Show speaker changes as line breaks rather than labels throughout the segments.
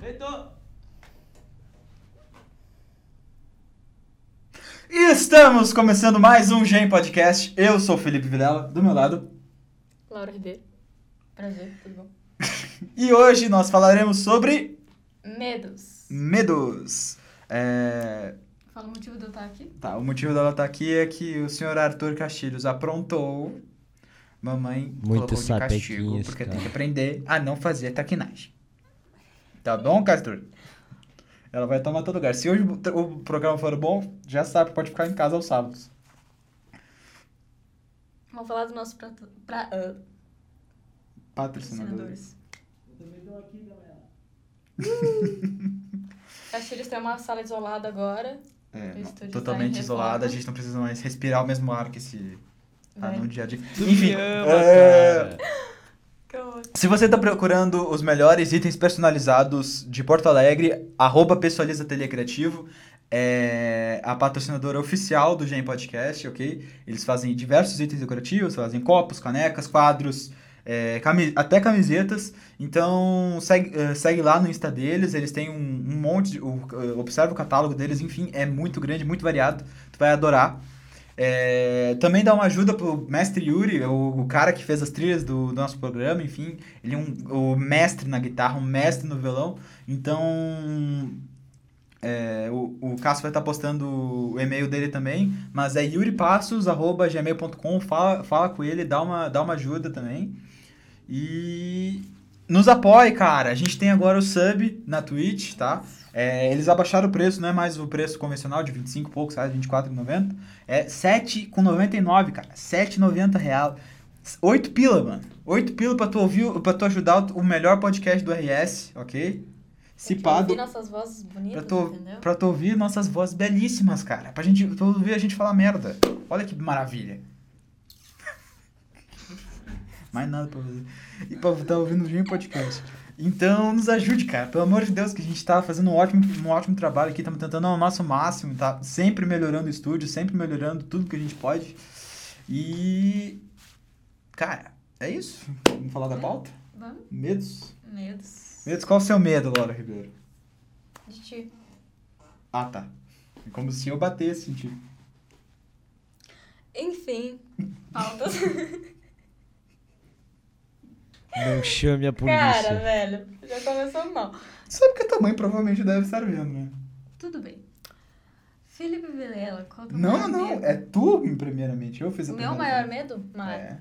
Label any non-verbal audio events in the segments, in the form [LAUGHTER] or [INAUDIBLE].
Feito!
E estamos começando mais um Gen Podcast. Eu sou o Felipe Videla, do meu lado.
Laura Ribeiro. Prazer, tudo bom?
E hoje nós falaremos sobre
Medos.
medos. É...
Fala o motivo de eu estar aqui.
Tá, o motivo dela estar aqui é que o senhor Arthur Castilhos aprontou. Mamãe colocou de castigo,
sapequinhos,
porque
cara.
tem que aprender a não fazer taquinagem. Tá bom, Arthur? Ela vai tomar todo lugar. Se hoje o tr- o programa for bom, já sabe, pode ficar em casa aos sábados.
Vamos falar dos nossos prato- pra- ah,
Patrocinadores.
[LAUGHS] patrocinadores. Castilhos tem uma sala isolada agora.
É,
O
não,
estúdio tá
totalmente
em
isolada,
reforma.
a gente não precisa mais respirar o mesmo ar que esse tá
Vai.
no dia a dia.
Tu
Enfim,
me ama,
é,
cara.
se você tá procurando os melhores itens personalizados de Porto Alegre, arroba Pessoaliza Ateliê Criativo, é a patrocinadora oficial do Gen Podcast, ok? Eles fazem diversos itens decorativos, fazem copos, canecas, quadros, é, cami- até camisetas. Então, segue, eh, segue lá no Insta deles, eles têm um, um monte, de, o- eh, observa o catálogo deles, enfim, é muito grande, muito variado, tu vai adorar. É, também dá uma ajuda pro mestre Yuri, o, o cara que fez as trilhas do, do nosso programa, enfim, ele é um, o mestre na guitarra, um mestre no violão, então é, o, o Cássio vai estar postando o e-mail dele também, mas é yuripassos.gmail.com, fala, fala com ele, dá uma, dá uma ajuda também. E nos apoie, cara. A gente tem agora o sub na Twitch, tá? É, eles abaixaram o preço, não é mais o preço convencional de 25 e poucos reais, 24,90. É 7,99, cara. 7,90 real. 8 pila, mano. 8 pila pra tu ouvir, pra tu ajudar o melhor podcast do RS, ok? Se
Pra
pá,
ouvir
do-
nossas vozes
Pra
bonitas,
tu,
entendeu?
pra tu ouvir nossas vozes belíssimas, cara. Pra gente tu ouvir a gente falar merda. Olha que maravilha. [LAUGHS] Mais nada pra fazer. E pra estar ouvindo o Gênio Podcast. Então, nos ajude, cara. Pelo amor de Deus, que a gente tá fazendo um ótimo, um ótimo trabalho aqui. Estamos tentando ao nosso máximo, tá? Sempre melhorando o estúdio, sempre melhorando tudo que a gente pode. E. Cara, é isso. Vamos falar da pauta?
Vamos?
Medos?
Medos.
Medos, qual o seu medo, Laura Ribeiro?
De ti.
Ah, tá. É como se eu batesse em ti.
Enfim. Pautas.
[LAUGHS]
Não chame a polícia.
Cara, velho. Já começou mal.
Sabe que a tua mãe provavelmente deve estar vendo, né?
Tudo bem. Felipe Vilela, qual que é o
Não,
maior
não,
medo?
é tu, em primeiramente. Eu fiz a
O meu
primeira
maior
vez.
medo? Mar. Ah.
É.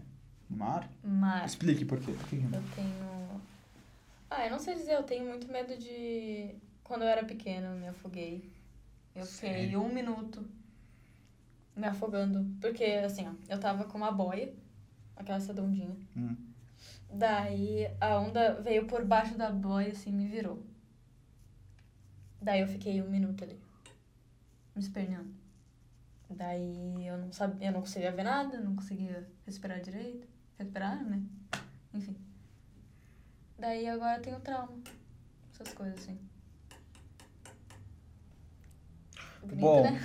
Mar?
Mar.
Explique por quê. Por que é que não?
Eu tenho. Ah, eu não sei dizer, eu tenho muito medo de. Quando eu era pequena, eu me afoguei. Eu fiquei um minuto me afogando. Porque, assim, ó, eu tava com uma boia, aquela redondinha.
Hum.
Daí a onda veio por baixo da boia, assim, me virou. Daí eu fiquei um minuto ali, me espernando. Daí eu não sabia, eu não conseguia ver nada, não conseguia respirar direito. Respirar, né? Enfim. Daí agora eu tenho trauma. Essas coisas assim. Bonito,
Bom.
né?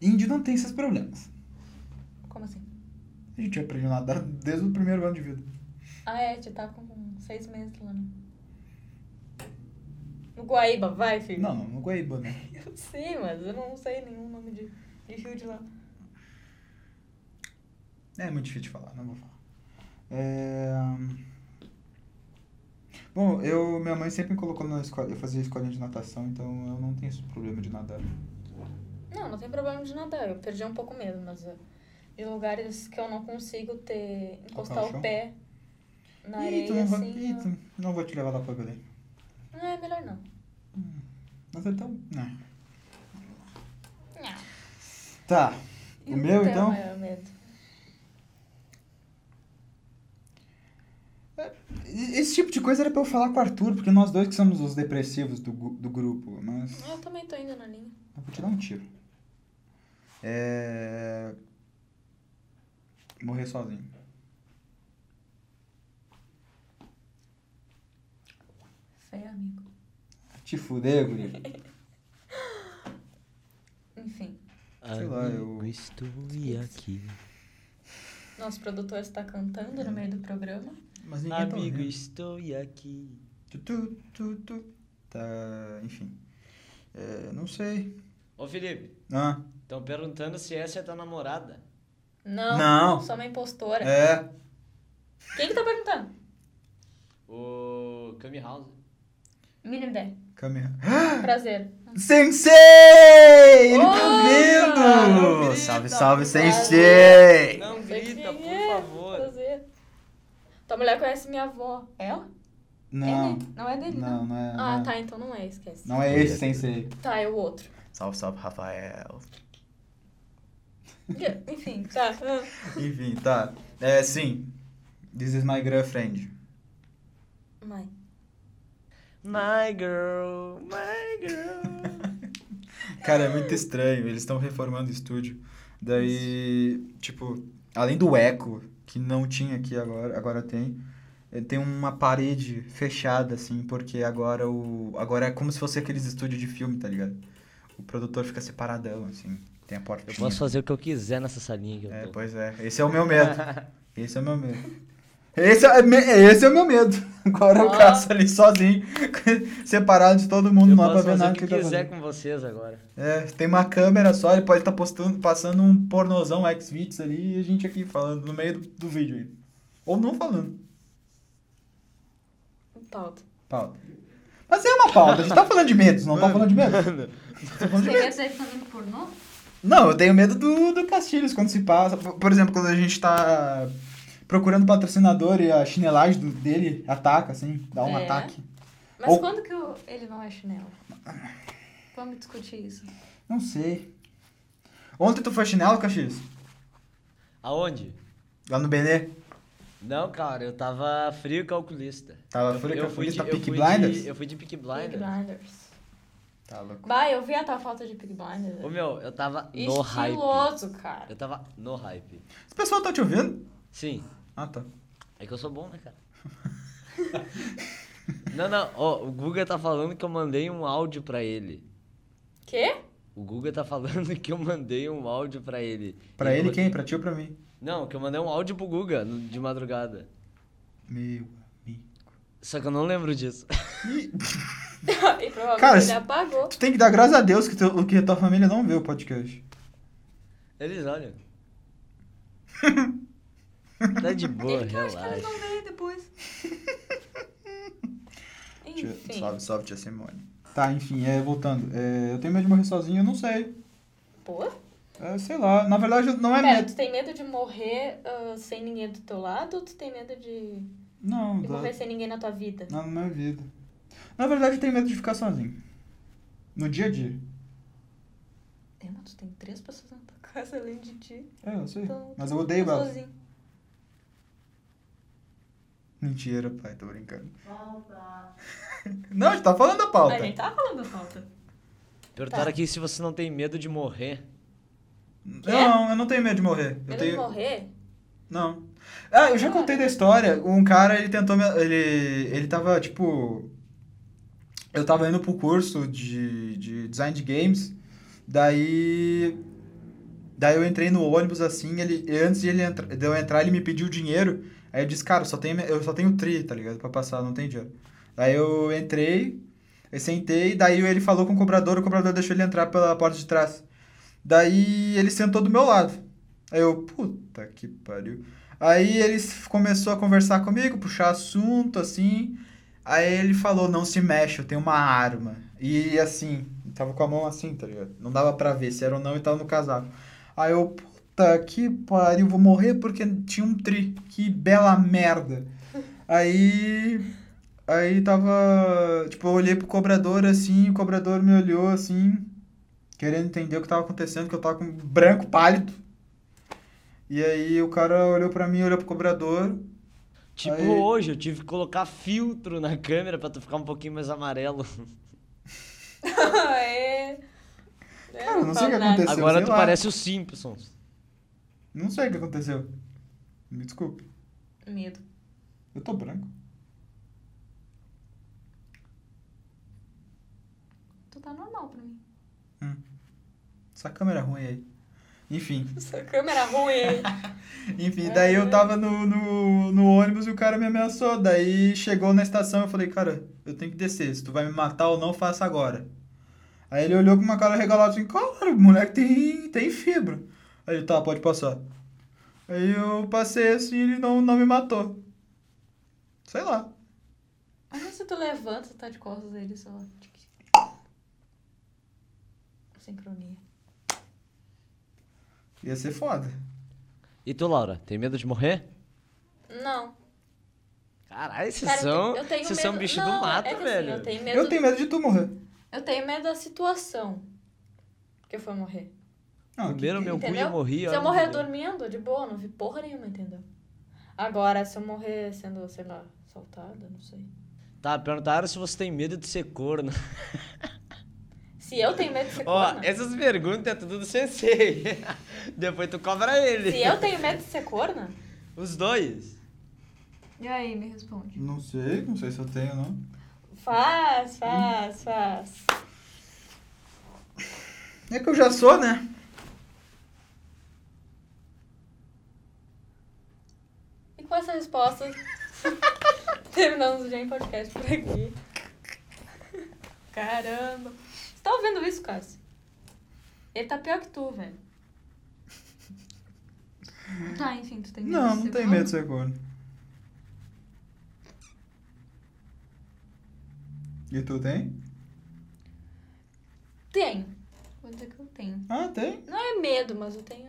Índio não tem esses problemas.
Como assim?
A gente aprende a nadar desde o primeiro ano de vida.
Ah, é, tu tá com seis meses lá, né? No Guaíba, vai, filho. [LAUGHS]
Não, não, no Guaíba, né?
Eu sei, mas eu não sei nenhum nome de, de rio de lá.
É muito difícil de falar, não vou falar. É... Bom, eu, minha mãe sempre me colocou na escola, eu fazia escolinha de natação, então eu não tenho esse problema de nadar.
Não, não tem problema de nadar. Eu perdi um pouco mesmo, mas eu- de lugares que eu não consigo ter. encostar
chão?
o pé na
Ih, tu
areia,
não, vai,
assim.
ih, tu- não vou te levar lá pra Belém.
eu- Não, é melhor não.
Mas então. Né.
Não.
Tá.
E
O meu,
teu
então?
maior é, medo?
E- Esse tipo de coisa era pra eu falar com o Arthur, porque nós dois que somos os depressivos do, gu- do grupo, mas.
Eu também tô indo na linha.
Eu vou te dar um tiro. É. Morrer sozinho.
Fé, amigo.
Te fuder, guri.
Enfim,
Sei lá, eu-
Amigo, Estou aqui.
nosso produtor está cantando no meio do programa.
Mas ninguém tá
Amigo,
ouvindo.
estou aqui.
Tu, tu, tu, tu. Tá, enfim. É, não sei.
Ô Felipe,
Ah,
estão perguntando se essa é tua namorada.
Não,
Não.
sou uma impostora.
é.
Quem que tá perguntando?
O Kami House.
Mínimo ideia.
Câmera.
Prazer.
Sensei! Ele tá
Opa!
vindo!
Grita,
salve, salve,
prazer.
Sensei!
Não
Sei
grita,
quem
por
é,
favor.
Prazer. Tua mulher conhece minha avó. Ela?
Não,
Ele? Não é dele,
não, não é.
Ah,
não.
tá, então não é, esquece.
Não é esse Sensei.
Tá, é o outro.
Salve, salve, Rafael.
Enfim, tá. Ah.
Enfim, tá. É, sim. This is my girlfriend.
Mãe.
My girl, my girl.
Cara, é muito estranho. Eles estão reformando o estúdio. Daí, tipo, além do eco, que não tinha aqui agora, agora tem. eh, Tem uma parede fechada, assim, porque agora o. Agora é como se fosse aqueles estúdios de filme, tá ligado? O produtor fica separadão, assim. Tem a porta.
Eu posso fazer o que eu quiser nessa salinha que eu
É,
então.
tô.
pois é. Esse é o meu
[LAUGHS]
medo. Esse é o meu medo. Esse é, me- esse é o meu medo. [LAUGHS] Agora eu
Ó.
caço ali sozinho, [LAUGHS] separado de todo mundo, não
Eu
dá pra
posso
ver
fazer
nada
o que
ele tá fazendo.
quiser com vocês agora.
É, tem uma câmera só, ele pode estar postando, passando um pornozão X-Videos ali e a gente aqui falando no meio do, do vídeo aí. Ou não falando.
um Pauta.
Pauta. Mas é uma pauta, a gente tá falando de medos, não tá falando de medo. Tá falando de
Você
medo.
quer sair fazendo pornô?
Não, eu tenho medo do, do Castilhos quando se passa. Por por exemplo, quando a gente tá procurando patrocinador e a chinelagem do- dele ataca, assim, dá um
É.
ataque.
Mas
Ou-
quando que o- ele não é chinelo? Vamos discutir isso.
Não sei. Ontem tu foi chinelo, Castilhos?
Aonde?
Lá no Benê?
Não, cara, eu tava frio calculista.
Tava
Eu-
frio
eu fui de-
calculista, Tá
eu
Peaky
fui de-
Blinders?
Eu fui de Peak
Pig
Blinders.
Blinders.
Tá louco.
Bah, eu vi a tua foto de Pig Blinders.
Ô meu, eu tava no hype.
Estiloso, cara.
Eu tava no hype.
As pessoas estão tá te ouvindo?
Sim,
Ah, tá.
é que eu sou bom, né,
[LAUGHS]
cara? não, não, ó, o Guga tá falando que eu mandei um áudio pra ele.
Quê? [LAUGHS]
O Guga tá falando [LAUGHS] que eu mandei um áudio pra ele.
Pra ele
eu-
quem? Pra ti ou pra mim?
Não, que eu mandei um áudio pro Guga no- de madrugada.
Meu amigo.
Só que eu não lembro disso. [LAUGHS]
e provavelmente
Cara, se-
ele apagou.
Tu tem que dar graças a Deus que, teu, que a tua família não vê o podcast.
[LAUGHS]
Eles olham. Tá de boa,
ele que eu acho que ele
relaxa.
não veio depois. Enfim.
salve, tia Simone. Tá, enfim, é, voltando. É, eu tenho medo de morrer sozinho, eu não sei.
Pô,
É, sei lá, na verdade não é
pera,
medo.
tu tem medo de morrer ah, sem ninguém do teu lado ou tu tem medo de,
Não,
de
dá,
morrer sem ninguém na tua vida?
não, na minha vida. Na verdade eu tenho medo de ficar sozinho. No dia a dia.
Tema, tu tem três pessoas na tua casa além de ti.
É, eu sei.
Então,
Mas
tu
eu odeio
tá
elas.
sozinho.
Mentira, pai, tô brincando. [LAUGHS] Não, a gente tá falando da pauta.
Mas nem tá falando da falta.
Perguntaram
Tá.
aqui se você não tem medo de morrer.
Não, eu não tenho medo de morrer. Eu,
Eu
tenho.
não morrer? [LAUGHS]
Não. Ah, eu já contei da história. Um cara, ele tentou me. Ele, ele tava, tipo. Eu tava indo pro curso de, de design de games. Daí. Daí eu entrei no ônibus assim. Ele, antes de, ele entra, de eu entrar, ele me pediu dinheiro. Aí eu disse, cara, eu só tenho, eu só tenho tri, tá ligado? Pra passar, não tem dinheiro. Daí eu entrei, eu sentei. Daí ele falou com o cobrador. O cobrador deixou ele entrar pela porta de trás. Daí ele sentou do meu lado. Aí eu, puta que pariu. Aí ele s- começou a conversar comigo, puxar assunto, assim. Aí ele falou, não se mexe, eu tenho uma arma. E assim, tava com a mão assim, tá ligado? Não dava pra ver se era ou não e tava no casaco. Aí eu, puta que pariu, vou morrer porque tinha um tri. Que bela merda. Aí. Aí tava. Tipo, eu olhei pro cobrador assim, o cobrador me olhou assim, querendo entender o que tava acontecendo, que eu tava com um branco pálido. E aí o cara olhou pra mim, olhou pro cobrador.
Tipo
Aí-
hoje, eu tive que colocar filtro na câmera pra tu ficar um pouquinho mais amarelo.
é.
Cara, eu não sei o que
falo
aconteceu.
Agora
sei
tu
lá.
parece os Simpsons.
Não sei o que aconteceu. Me desculpe.
Medo.
Eu tô branco.
Tu tá normal pra mim.
Essa câmera é ruim aí. Enfim.
Essa câmera é ruim
[LAUGHS]
aí.
Enfim, daí eu tava no, no, no ônibus e o cara me ameaçou. Daí chegou na estação eu falei, cara, eu tenho que descer. Se tu vai me matar ou não, faça agora. Aí ele olhou com uma cara regalada assim, cara, o moleque tem, tem fibra. Aí ele, tá, pode passar. Aí eu passei assim e ele não, não me matou. Sei lá.
Mas se tu levanta, tu tá de costas dele só. tic, tic. Sincronia.
Ia ser foda.
E tu, Laura, tem medo de morrer?
Não.
Caralho, esses
Cara,
são.
eu tenho
vocês
medo...
são bicho
não,
do mato,
é que
velho.
Assim, eu, tenho medo...
Eu tenho medo de tu morrer.
eu tenho medo da situação que eu for morrer.
Não, que-
Primeiro meu cu e
Entendeu?
eu morri.
se
olha
eu
o
morrer
que deu.
dormindo, de boa, não vi porra nenhuma, entendeu? Agora, se eu morrer sendo, sei lá, saltada, não sei.
Tá, perguntaram se você tem medo de ser corno.
Se eu tenho medo de ser
Ó,
corna.
essas perguntas é tudo do sensei. [LAUGHS] Depois tu cobra ele.
Se eu tenho medo de ser corna.
Os dois.
E aí, me responde.
é? Não sei, não sei se eu tenho, não.
Faz, faz, faz.
É que eu já sou, né?
E com essa resposta, [LAUGHS] terminamos o Jam Podcast por aqui. Caramba. Você tá ouvindo isso, Cássio? Ele tá pior que tu, velho. Tá, enfim, tu tem medo
Não, não
de ser
tenho
corno?
medo de ser corno. E tu tem?
Tenho. Vou dizer que eu tenho.
Ah, tem.
Não é medo, mas eu tenho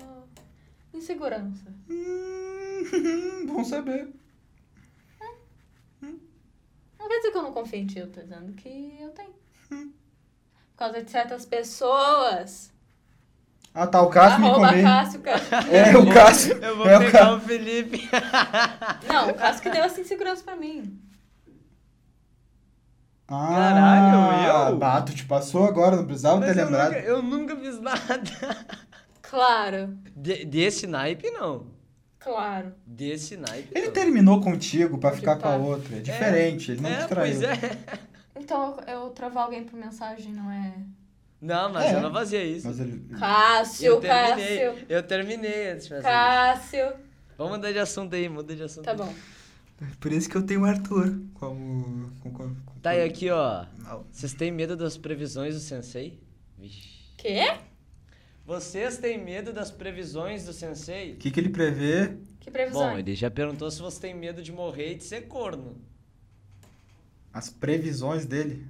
insegurança.
Hum, [LAUGHS] bom saber.
Não quer dizer que eu não confio em ti, eu tô dizendo que eu tenho.
Hum.
Por causa de certas pessoas.
Ah, tá, o Cássio me
Arroba
comeu.
Cássio, Cássio.
É, o Cássio.
Eu vou
é o
pegar
Cássio.
o Felipe.
Não, o Cássio que deu essa insegurança pra mim.
Ah,
Caralho, eu?
Ah, tu te passou agora, não precisava
Mas
ter
eu
lembrado.
nunca, eu nunca fiz nada.
Claro,
De- desse naipe, não.
claro.
Desse naipe.
Ele
não.
terminou contigo pra ficar
Tipo,
com a
ah,
outra. É diferente, ele não
é,
te traiu.
Pois é.
Então eu eu travar alguém por mensagem, não é?
Não, mas
É.
eu não fazia isso.
Mas ele.
Cássio,
eu terminei. Tá
Cássio.
Eu terminei antes de fazer
Cássio.
isso. Vamos mudar de assunto aí, muda de assunto.
Tá bom.
Por isso que eu tenho o Arthur. Como. como, como, como
Tá, e aqui, ó.
Não.
Vocês têm medo das previsões do sensei? Vixe.
Quê?
Vocês têm medo das previsões do sensei?
O que, que ele prevê?
Que previsão?
Bom, ele já perguntou se você tem medo de morrer e de ser corno.
As previsões dele.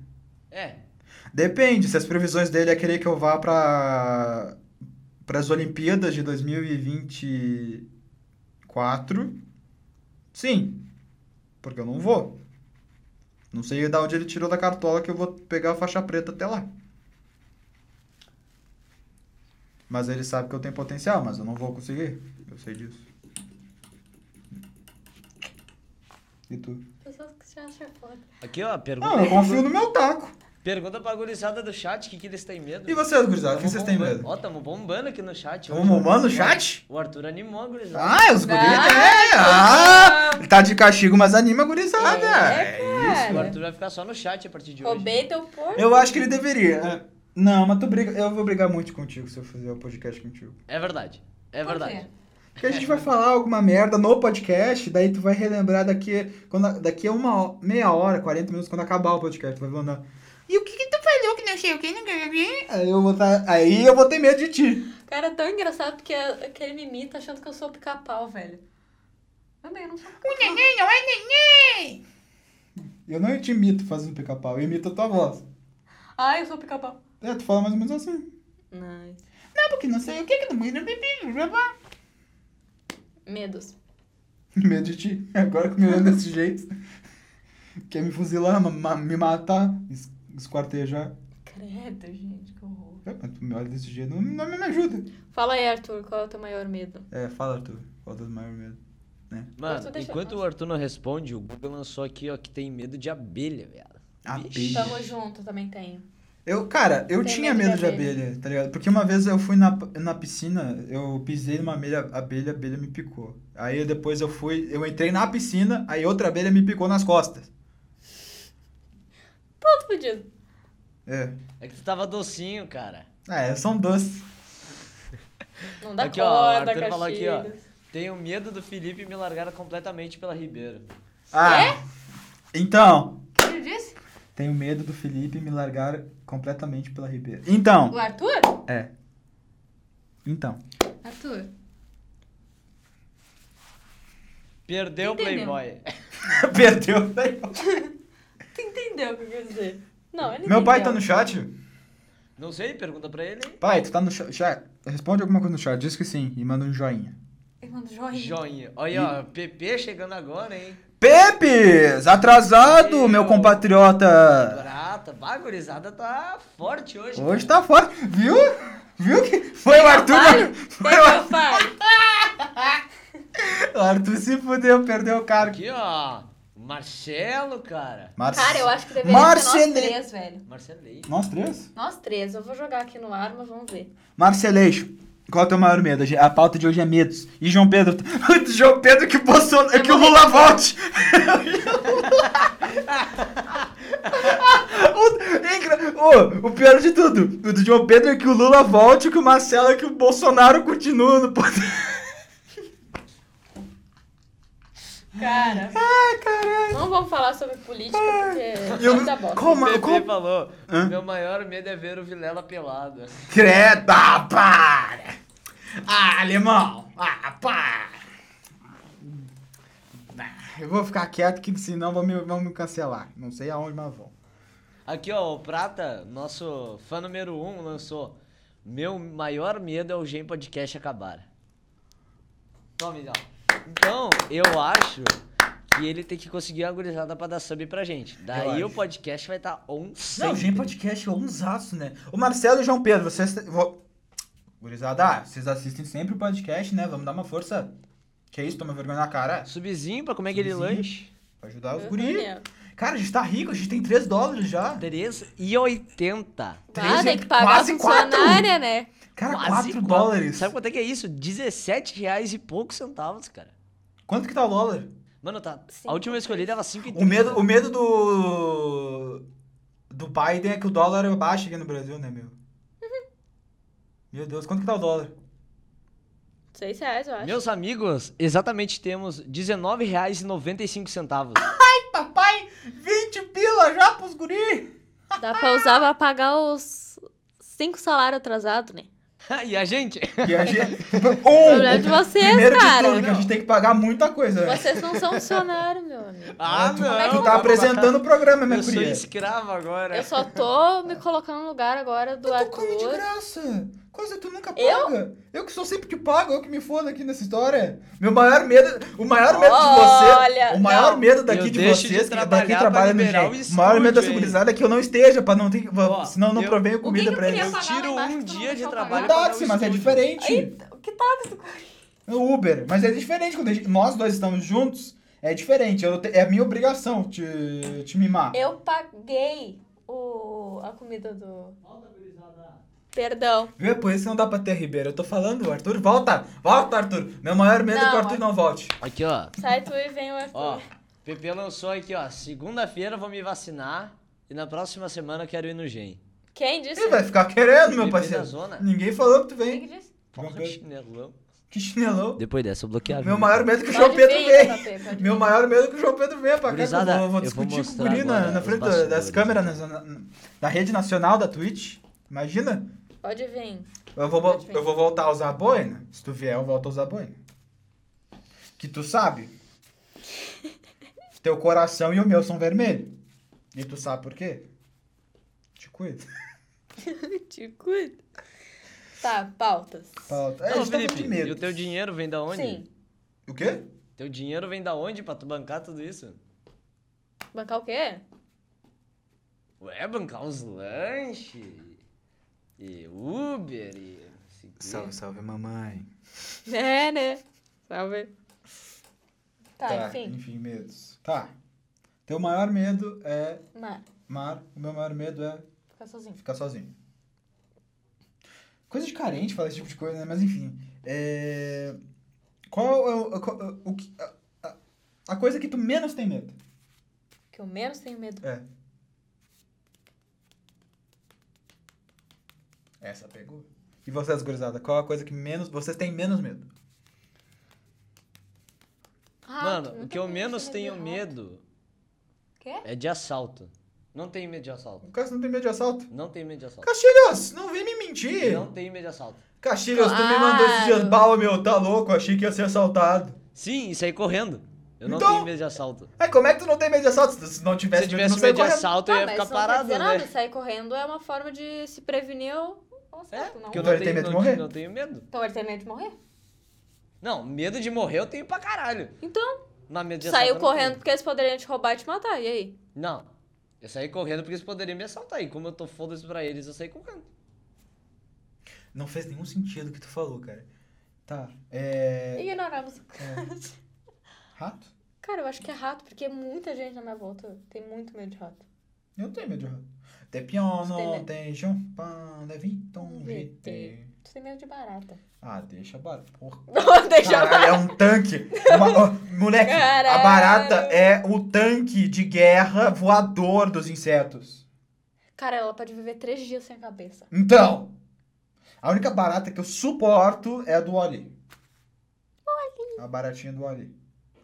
É.
Depende, se as previsões dele é querer que eu vá para as Olimpíadas de 2024, sim, porque eu não vou. Não sei da onde ele tirou da cartola que eu vou pegar a faixa preta até lá. Mas ele sabe que eu tenho potencial, mas eu não vou conseguir. Eu sei disso. E tu?
Pessoas que se acham foda.
Aqui, ó, pergunta.
Não, eu confio no meu taco.
Pergunta pra gurizada do chat o que, que eles têm medo.
E vocês, gurizada, o que
Tamo
vocês têm
bombando.
medo?
Ó, tamo bombando aqui no chat.
Tamo
hoje.
bombando Tá um o chat?
O Arthur animou a gurizada.
Ah, os guris, é! Ah, ele tá de castigo, mas anima a gurizada.
É,
Ah, né?
o
cara.
Arthur vai ficar só no chat a partir de hoje.
Roubei teu porco.
Eu acho que ele deveria. Não, mas tu briga, eu vou brigar muito contigo se eu fizer o podcast contigo.
É verdade. É
Por quê?
verdade.
Porque a gente
[LAUGHS]
vai falar alguma merda no podcast, daí tu vai relembrar daqui, quando, daqui a uma ho- meia hora, 40 minutos, quando acabar o podcast, tu vai mandar. E o que que tu falou que não sei o que, não sei o que?" Aí eu vou tá, aí eu vou ter medo de ti.
Cara, é tão engraçado porque é- que ele me imita achando que eu sou pica-pau, velho. Mas bem, eu não é sou pica-pau.
Eu não te imito fazendo pica-pau, eu imito a tua voz.
Ai, eu sou pica-pau.
É, tu fala mais ou menos assim.
Nice.
Não, porque não sei o que, que não me lembro.
Medos.
Medo de ti. Agora que me olhando desse jeito. Quer me fuzilar, ma- ma- me matar, es- esquartejar.
Credo, gente, que horror.
É, mas tu me olha desse jeito, não, não me ajuda.
Fala aí, Arthur, qual é o teu maior medo?
É, fala, Arthur. Qual teu maior medo?
Mano,
Arthur, deixa-
enquanto o Arthur não responde, o Google lançou aqui, ó, que tem medo de abelha, velho. Vixe.
Abelha.
Tamo junto, também tenho.
Eu, cara, eu
Tem
tinha medo de abelha, tá ligado? Porque uma vez eu fui na, na piscina, eu pisei numa abelha, abelha, a abelha me picou. Aí depois eu fui, eu entrei na piscina, aí outra abelha me picou nas costas.
Todo fudido.
É.
É que tu tava docinho, cara.
Ah, é, são doces.
Não dá
Aqui, ó, o
corda,
Arthur falou aqui, ó.
Caxias.
Tenho medo do Felipe me largar completamente pela Ribeiro.
Ah,
É?
então.
O que ele disse?
Tenho medo do Felipe me largar completamente pela Ribeira. Então.
O Arthur?
É. Então. [LAUGHS]
Arthur.
Perdeu o
Entendeu.
Playboy.
Perdeu.
Tu entendeu o que eu quis dizer? Não, ele
Meu pai tá no
entendeu.
chat?
Não sei, pergunta pra ele.
Pai, tu tá no cha- chat? Responde alguma coisa no chat, diz que sim e manda um joinha.
Ele manda joinha.
Joinha. Olha, ó, PP chegando agora, hein?
Pepes! Atrasado,
Meu.
meu compatriota!
Prata, bagurizada tá forte hoje.
Hoje tá fora, viu? Viu que foi o Arthur?
Fale,
Foi o [LAUGHS]
meu pai.
Arthur- o Arthur se fudeu, perdeu o cargo.
Aqui, ó. Marcelo, cara.
Mar...
Cara, eu acho que deveria ser
Marcele-
nós três, velho.
Marcelei.
Nós três?
Nós três. Eu vou jogar aqui no ar, mas vamos ver.
Marceleixo, qual é o teu maior medo? A pauta de hoje é medos. E João Pedro. tá- [LAUGHS] João Pedro que Bolsonaro. que o Lula volte! O- é engra- Ô, o pior de tudo, o do João Pedro é que o Lula volte, que o Marcelo é que o Bolsonaro continua no poder. [LAUGHS]
Cara,
Ai, caralho.
não vamos falar sobre política
[LAUGHS]
porque
Eu
vai dar bosta.
Como?
PP
como?
falou,
Hã?
meu maior medo é ver o Vilela pelado.
Creda, para! Ah, alemão! Ah, para! Eu vou ficar quieto que senão vão me, vão me cancelar. Não sei aonde, mas vão.
Aqui, ó, o Prata, nosso fã número um, lançou Meu maior medo é o Gen Podcast acabar. Toma, então. Então, eu acho que ele tem que conseguir uma gurizada pra dar sub pra gente. Daí
Eu
o
acho.
podcast vai estar tá on
Não,
sempre.
gente, podcast é um zaço, né? O Marcelo e o João Pedro, vocês. Vou... Gurizada, ah, vocês assistem sempre o podcast, né? Vamos dar uma força. Que isso, toma vergonha na cara.
Subzinho pra comer aquele
Subzinho.
lanche.
Pra ajudar os
Eu
guris.
também.
Cara, a gente tá rico, a gente tem 3 dólares já.
3,80.
Ah,
Três
tem
e-
que pagar a
quase quatro.
funcionária, né?
Cara, 4
Quase quatro.
dólares.
Sabe quanto é que é isso? 17 reais e poucos centavos, cara.
Quanto que tá o dólar?
Mano, tá.
Cinco.
A última vez que eu olhei dava 5
O medo, o medo do. do Biden é que o dólar baixa aqui no Brasil, né, meu?
Uhum.
Meu Deus, quanto que tá o dólar?
Seis reais, eu acho.
Meus amigos, exatamente
[LAUGHS]
temos R$19,95.
Papai, 20 pila já pros guri!
Dá pra usar pra pagar os cinco salários atrasados, né?
e a gente?
E [LAUGHS] a gente.
é
Problema de
um,
vocês,
primeiro
cara.
de tudo, que a gente tem que pagar muita coisa, né?
Vocês não são funcionários, meu amigo.
Ah,
tu,
não.
tu tá apresentando o programa, minha
Eu sou
guria.
escravo agora.
Eu só tô me colocando no lugar agora do
Tu come de
Arthur.
graça. Coisa que tu nunca paga. Eu? que sou sempre que pago, eu que me foda aqui nessa história. Meu maior medo, o maior medo de você,
Olha,
o maior
não.
medo daqui
Eu
de
deixo de
vocês, que
trabalhar
daqui
pra
trabalha no
liberar o
jeito. O maior medo da
estúdio, hein?
segurizada é que eu não esteja, pra não ter,
Ó,
senão não
eu-
provei
que
comida
que eu
pra
queria
eles.
falar?
Eu tiro
Lá embaixo
um
tu não
dia
vai
de
pagar.
trabalho
O
pra dar
táxi,
o
mas é
estúdio.
diferente.
Que táxi?
O Uber, mas é diferente quando a gente- nós dois estamos juntos. É diferente, eu te- é minha obrigação te, te mimar.
Eu paguei o... a comida do. Perdão.
Vê, É por isso não dá pra ter Ribeiro. Eu tô falando, Arthur, volta! Volta, Arthur! Meu maior medo é que o
Não,
Arthur não volte.
Aqui, ó.
Sai tu e vem o Arthur.
Ó, PP lançou aqui, ó. Segunda-feira eu vou me vacinar e na próxima semana eu quero ir no GEM.
Quem disse?
Ele vai ficar querendo, meu
Bebê
parceiro.
da zona.
Ninguém falou que tu
Quem que
vem.
disse?
João
Porra,
Pedro.
chinelão.
Que chinelão.
Depois dessa eu bloqueava.
Meu maior medo é que o
Pode
João Pedro
vir,
venha.
JP, pode
Meu
vir.
maior medo é que o João Pedro venha pra cá. que eu vou,
Gurizada,
vou
eu vou
discutir com o
mostrar
Guri na,
agora
na
os
frente da- das
bastidores.
câmeras, na, na- na rede nacional da Twitch. Imagina.
Pode vir.
Eu vou,
Pode vir.
eu vou voltar a usar a boina. Se tu vier, eu volto a usar a boina. Que tu
[LAUGHS]
sabe. Teu coração e o meu são vermelhos. E tu sabe por quê? Te cuido.
Te cuido. Tá, pautas.
Pauta. É,
Não,
eles tão de
Felipe,
medo.
e o teu dinheiro vem da onde?
Sim.
O quê?
Teu dinheiro vem da onde pra tu bancar tudo isso?
Bancar o quê?
Ué, bancar uns lanches e Uber e... não sei o quê.
salve, mamãe.
É, né? Salve. Tá,
Tá,
enfim.
medos. Tá. Teu maior medo é
Mar,
mar, o meu maior medo é
fica sozinho.
ficar sozinho. Coisa de carente falar esse tipo de coisa, né? Mas enfim. É... Qual é o, qual- o que- a, a- a coisa que tu menos tem medo?
Que eu menos tenho medo.
É. Essa pegou. E vocês, gurizada, qual a coisa que menos. Vocês têm menos medo?
Rato,
Mano, o
Ah, nunca
que eu
pensei
menos
em
tenho
rato.
medo
Quê? Ah,
é de assalto. Não tenho medo de assalto.
O Cássio não tem medo de assalto?
Não tenho medo de assalto.
Castilhos, não vem me mentir!
Não tenho medo de assalto.
Castilhos, tu me mandou esses dias
Claro.
pau, meu, tá louco, achei que ia ser assaltado.
Sim, isso aí correndo. Eu não
Então-
tenho medo de assalto.
Aí, como é que tu não tem medo de assalto? Se tu não
Se
tivesse,
eu tivesse
não saía
medo de
correndo.
assalto, eu
Ah,
ia
mas
ficar
isso não quer
parado,
dizer nada,
né?
Sair correndo é uma forma de se prevenir ou ou certo, não.
Porque É? eu
Então
não
ele tem
tenho,
medo de
não-
morrer?
não tenho medo.
Então ele tem medo de morrer?
Não, medo de morrer eu tenho pra caralho.
Então,
Mas medo de assalto eu
saiu
não tenho.
correndo porque eles poderiam te roubar e te matar, e aí?
Não. Eu saí correndo porque eles poderiam me assaltar. E como eu tô foda-se pra eles, eu saí correndo.
Não fez nenhum sentido o que tu falou, cara. Tá, é.
Ignoramos.
Rato?
[LAUGHS] Cara, eu acho que é rato, porque muita gente na minha volta tem muito medo de rato.
Eu não tenho medo de rato. Tem
Você tem
piano,
medo?
tem champan, é vinton,
Vinte. Tu tem medo de [LAUGHS] barata.
Ah, deixa barato.
[LAUGHS]
Porra.
Não, deixa eu
Caralho, é um tanque. Uma- ó, moleque, a
Caralho.
barata é o tanque de guerra voador dos insetos.
Cara, ela pode viver três dias sem a cabeça.
Então, a única barata que eu suporto é a do Oli. A baratinha do Oli.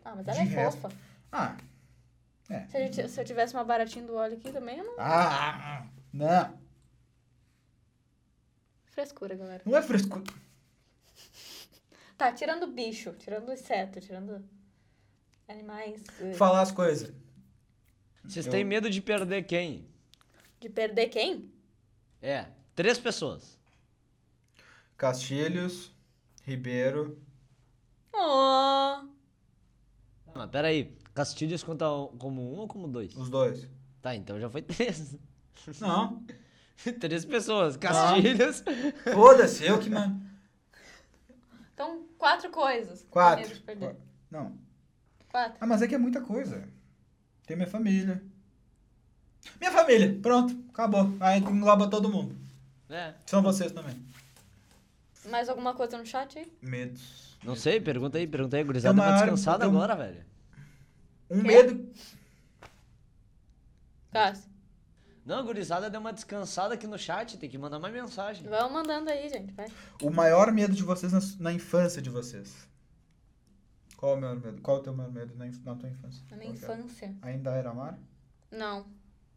Ah, mas ela
De
é
resto.
fofa.
Ah, é.
Se, a gente- se eu tivesse uma baratinha do óleo aqui também, eu não.
ah, não.
Frescura, galera.
Não é frescura.
Tá, tirando bicho, tirando inseto, tirando animais. eh,
Falar as coisas.
Vocês
Eu-
têm medo de perder quem?
De perder quem?
É, três pessoas.
Castilhos, Ribeiro.
Oh,
Mas peraí, Castilhos conta como um ou como dois?
Os dois.
Tá, então já foi [LAUGHS] três.
Não.
três pessoas.
Tá.
Castilhos.
Foda-se, eu que mando.
então, quatro coisas. que
Quatro.
tem medo de perder.
Qua- Não.
Quatro.
Ah, mas é que é muita coisa. Tem minha família. Minha família, pronto, acabou. Aí engloba todo mundo.
É.
São vocês também.
Mais alguma coisa no chat aí?
Medos.
Não sei, pergunta aí, pergunta aí, gurizada.
Tem uma
Uma
área-
descansada
tem um-
agora, velho.
Um
Quê?
medo.
Cássio.
Não, a gurizada deu uma descansada aqui no chat, tem que mandar mais mensagem.
Vão mandando aí, gente. Vai.
O maior medo de vocês na, na infância de vocês. Qual o maior medo? Qual o teu maior medo na, inf- na tua infância?
Na minha
Qual que era?
infância.
Ainda era mar?
Não.
O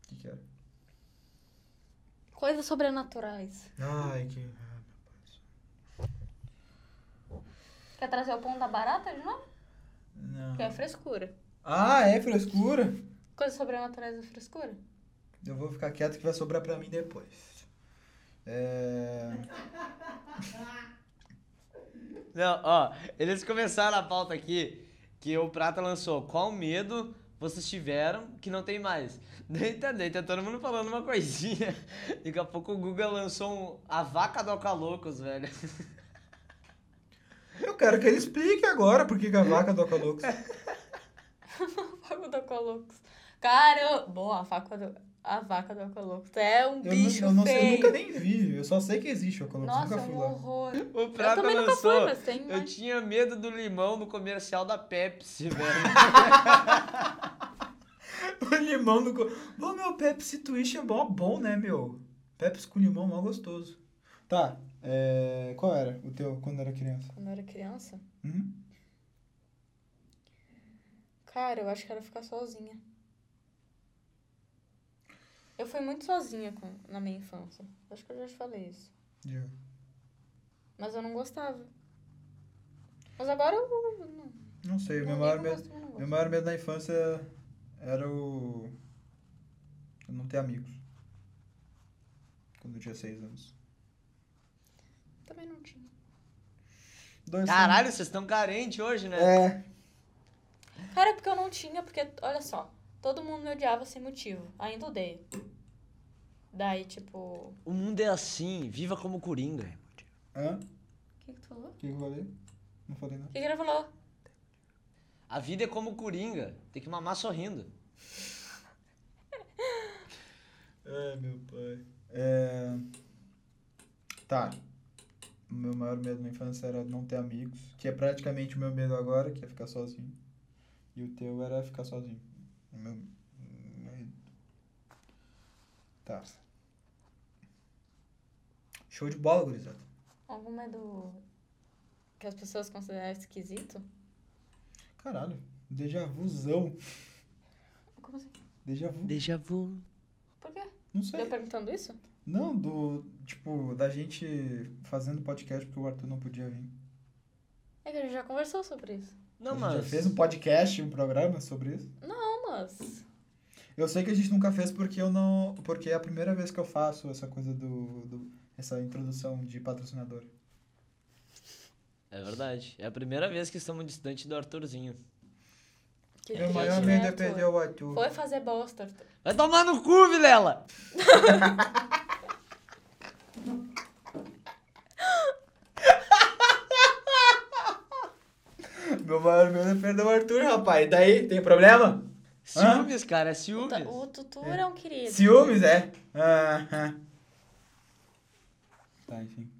que, que era?
Coisas sobrenaturais.
Ai, que.
Quer trazer o pão da barata de
Ah.
novo?
Não.
Que é frescura.
Ah, é frescura?
Coisas sobrenaturais é frescura? [LAUGHS]
Eu vou ficar quieto que vai sobrar pra mim depois. É.
Não, ó, eles começaram a pauta aqui que o Prata lançou. Qual medo vocês tiveram que não tem mais? [LAUGHS] Deita, deita, todo mundo falando uma coisinha. Daqui a pouco o Guga lançou um, a vaca do Alcaloucos, velho.
Eu quero que ele explique agora por que que a vaca toca loucos.
É, vaca do Aqualocos. Cara, eu- boa, a vaca do, a vaca do Aqualocos é um
Eu,
bicho
nu- eu, não sei- eu
feio.
nunca nem vi, eu só sei que existe o Colômbia,
Nossa,
nunca
é
fui
um
[LAUGHS] lá.
horror.
O
Eu
Prata
também nunca
lançou.
fui, mas tem.
Eu
Mas...
tinha medo do limão no comercial da Pepsi,
[LAUGHS]
velho.
O limão no... co- Bom, meu, Pepsi Twist é mó bom, né, meu? Pepsi com limão, é mó gostoso. Tá, é, qual era o teu quando era criança?
Quando eu era criança,
Hum?
cara, eu acho que era ficar sozinha. Eu fui muito sozinha com- na minha infância. Acho que eu já te falei isso.
Diga.
Mas eu não gostava. Mas agora eu. eu Não,
Não sei, meu
não,
maior,
nem
medo,
gosto, nem não
meu
gosto.
maior medo na infância era o... Eu não ter amigos. Quando eu tinha seis anos.
Também não tinha.
Dois
Caralho, vocês estão carentes hoje,
anos.
né?
É,
Cara, é porque eu não tinha, porque, olha só, todo mundo me odiava sem motivo. Ainda odeio. Daí, tipo.
O mundo é assim, viva como Coringa.
É. hã?
O que, que tu falou?
O que que eu falei? Não falei nada.
O que, que ele falou?
A vida é como Coringa, tem que mamar sorrindo.
Ai, meu pai. É... Tá. O meu maior medo na infância era não ter amigos, que é praticamente o meu medo agora, que é ficar sozinho. E o teu era ficar sozinho. O meu... medo. Tá. Show de bola, gurizada.
Alguma é do. que as pessoas consideram esquisito?
Caralho, déjà vuzão.
Como assim?
Déjà vu.
Déjà vu.
Por quê?
Não
Eu
sei.
perguntando isso?
Não, do. Tipo, da gente fazendo podcast porque o Arthur não podia vir.
É que a gente já conversou sobre isso.
Não,
a gente
mas.
já fez um podcast, um programa sobre isso.
Não, mas.
Eu sei que a gente nunca fez porque eu não. Porque é a primeira vez que eu faço essa coisa do. do- essa introdução de patrocinador.
É verdade. É a primeira vez que estamos distante do Arthurzinho.
Que
Meu
que
maior
já
medo é
tinha,
perder
Arthur?
o Arthur.
Foi fazer bosta, Arthur.
Vai tomar no cu, Vilela!
Meu maior medo é perder o Arthur, rapaz. Daí, tem problema?
Ciúmes, cara, é ciúmes.
Puta, O Tutu é um querido.
Ciúmes, é? Aham. Tá, enfim.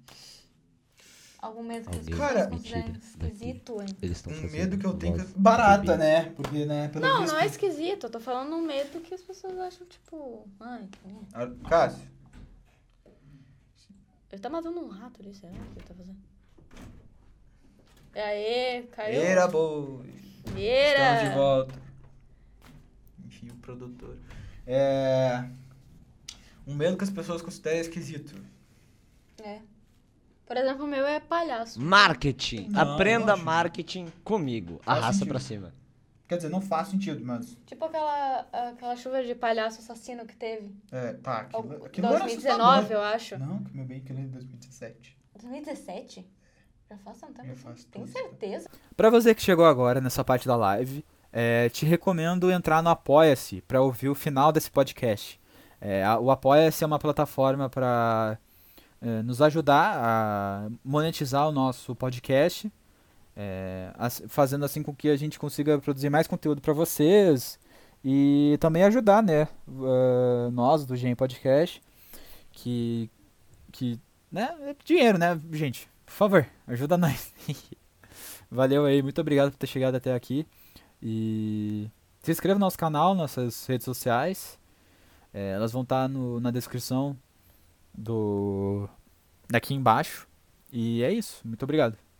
Algum medo que as
Alguém.
Cara,
pessoas consideram
mentira.
esquisito, hein?
Eles estão
Um medo que eu tenho. Que... Barata, né? Porque, né? Pelo
Não,
visto-
não é esquisito. Eu tô falando um medo que as pessoas acham, tipo... Ai, hum.
Ar- Cássio,
ele tá matando um rato ali, será que ele tá fazendo? E aí, caiu.
era boi. Estamos de
Vieira.
volta. Enfim, o produtor. É. Um medo que as pessoas consideram esquisito.
É. Por exemplo, o meu é palhaço.
Marketing.
Não,
Aprenda
lógico.
marketing comigo.
Faz
Arrasta
sentido.
pra cima.
Quer dizer, não faz sentido, mas.
Tipo aquela, aquela chuva de palhaço assassino que teve.
É, tá. Aquilo,
Algu-
aquilo era
2019,
assustador.
eu acho.
Não, que meu bem, aquilo é de 2017.
2017? Já faz um tempo.
Já
assim?
faz
Tem
tudo.
certeza?
Para você que chegou agora nessa parte da live, é, te recomendo entrar no Apoia-se para ouvir o final desse podcast. É, a- o Apoia-se é uma plataforma para nos ajudar a monetizar o nosso podcast, é, as- fazendo assim com que a gente consiga produzir mais conteúdo para vocês e também ajudar, né, ah, nós do Gen Podcast, que, que, né, é dinheiro, né, gente? Por favor, ajuda nós. [LAUGHS] Valeu aí, muito obrigado por ter chegado até aqui. E se inscreva no nosso canal, nossas redes sociais. É, elas vão estar no, na descrição do daqui embaixo. E é isso, muito obrigado.